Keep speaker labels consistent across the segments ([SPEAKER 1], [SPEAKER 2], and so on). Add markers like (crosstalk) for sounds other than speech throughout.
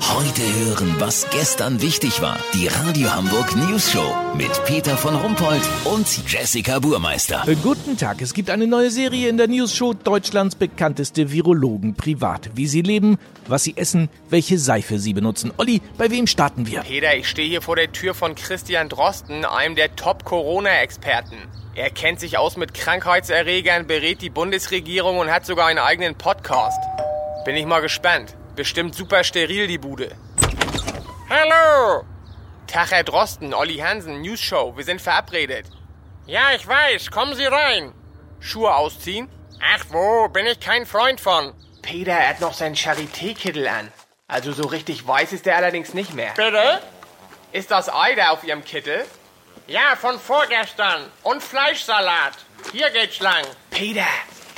[SPEAKER 1] Heute hören, was gestern wichtig war. Die Radio Hamburg News Show mit Peter von Rumpold und Jessica Burmeister.
[SPEAKER 2] Äh, Guten Tag, es gibt eine neue Serie in der News Show Deutschlands bekannteste Virologen privat. Wie sie leben, was sie essen, welche Seife sie benutzen. Olli, bei wem starten wir?
[SPEAKER 3] Peter, ich stehe hier vor der Tür von Christian Drosten, einem der Top-Corona-Experten. Er kennt sich aus mit Krankheitserregern, berät die Bundesregierung und hat sogar einen eigenen Podcast. Bin ich mal gespannt. Bestimmt super steril die Bude. Hallo! Tag, Herr Drosten, Olli Hansen, News Show, wir sind verabredet. Ja, ich weiß, kommen Sie rein. Schuhe ausziehen? Ach wo, bin ich kein Freund von. Peter, er hat noch seinen Charité-Kittel an. Also so richtig weiß ist er allerdings nicht mehr. Bitte? Ist das Ei da auf Ihrem Kittel? Ja, von vorgestern. Und Fleischsalat. Hier geht's lang. Peter,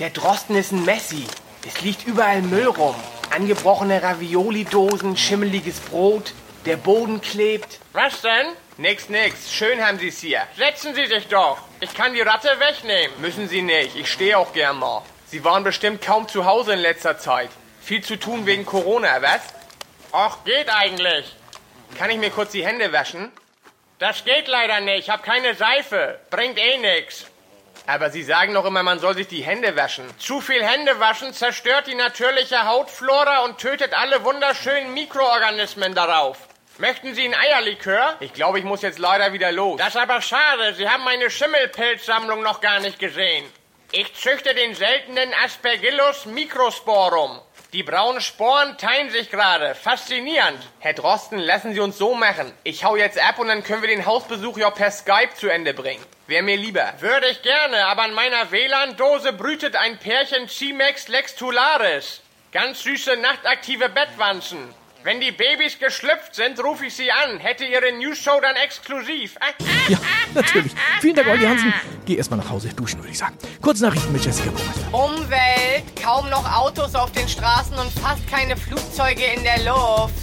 [SPEAKER 3] der Drosten ist ein Messi. Es liegt überall Müll rum. Angebrochene Ravioli-Dosen, schimmeliges Brot. Der Boden klebt. Was denn? Nix, nix. Schön haben Sie's hier. Setzen Sie sich doch. Ich kann die Ratte wegnehmen. Müssen Sie nicht. Ich stehe auch gern mal. Sie waren bestimmt kaum zu Hause in letzter Zeit. Viel zu tun wegen Corona, was? Ach, geht eigentlich. Kann ich mir kurz die Hände waschen? Das geht leider nicht. Ich habe keine Seife. Bringt eh nix. Aber Sie sagen doch immer, man soll sich die Hände waschen. Zu viel Hände waschen zerstört die natürliche Hautflora und tötet alle wunderschönen Mikroorganismen darauf. Möchten Sie ein Eierlikör? Ich glaube, ich muss jetzt leider wieder los. Das ist aber schade. Sie haben meine Schimmelpilzsammlung noch gar nicht gesehen. Ich züchte den seltenen Aspergillus microsporum. Die braunen Sporen teilen sich gerade. Faszinierend. Herr Drosten, lassen Sie uns so machen. Ich hau jetzt ab und dann können wir den Hausbesuch ja per Skype zu Ende bringen. Wäre mir lieber. Würde ich gerne, aber an meiner WLAN-Dose brütet ein Pärchen Cimex lextularis. Ganz süße nachtaktive Bettwanzen. Wenn die Babys geschlüpft sind, rufe ich sie an. Hätte ihre News-Show dann exklusiv. Ah,
[SPEAKER 2] Ja, (laughs) natürlich. Vielen Dank, Olli Hansen. Geh erstmal nach Hause duschen, würde ich sagen. Kurz Nachrichten mit Jessica Burmeister.
[SPEAKER 4] Umwelt, kaum noch Autos auf den Straßen und fast keine Flugzeuge in der Luft.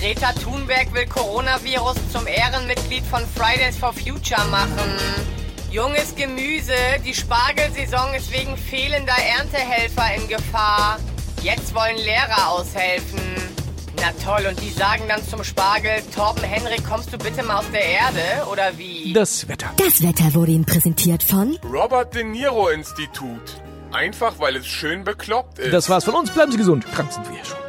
[SPEAKER 4] Greta Thunberg will Coronavirus zum Ehrenmitglied von Fridays for Future machen. Junges Gemüse, die Spargelsaison ist wegen fehlender Erntehelfer in Gefahr. Jetzt wollen Lehrer aushelfen. Na toll, und die sagen dann zum Spargel, Torben Henrik, kommst du bitte mal aus der Erde, oder wie?
[SPEAKER 2] Das Wetter.
[SPEAKER 5] Das Wetter wurde Ihnen präsentiert von
[SPEAKER 6] Robert De Niro Institut. Einfach weil es schön bekloppt ist.
[SPEAKER 2] Das war's von uns. Bleiben Sie gesund. Krank sind wir ja schon.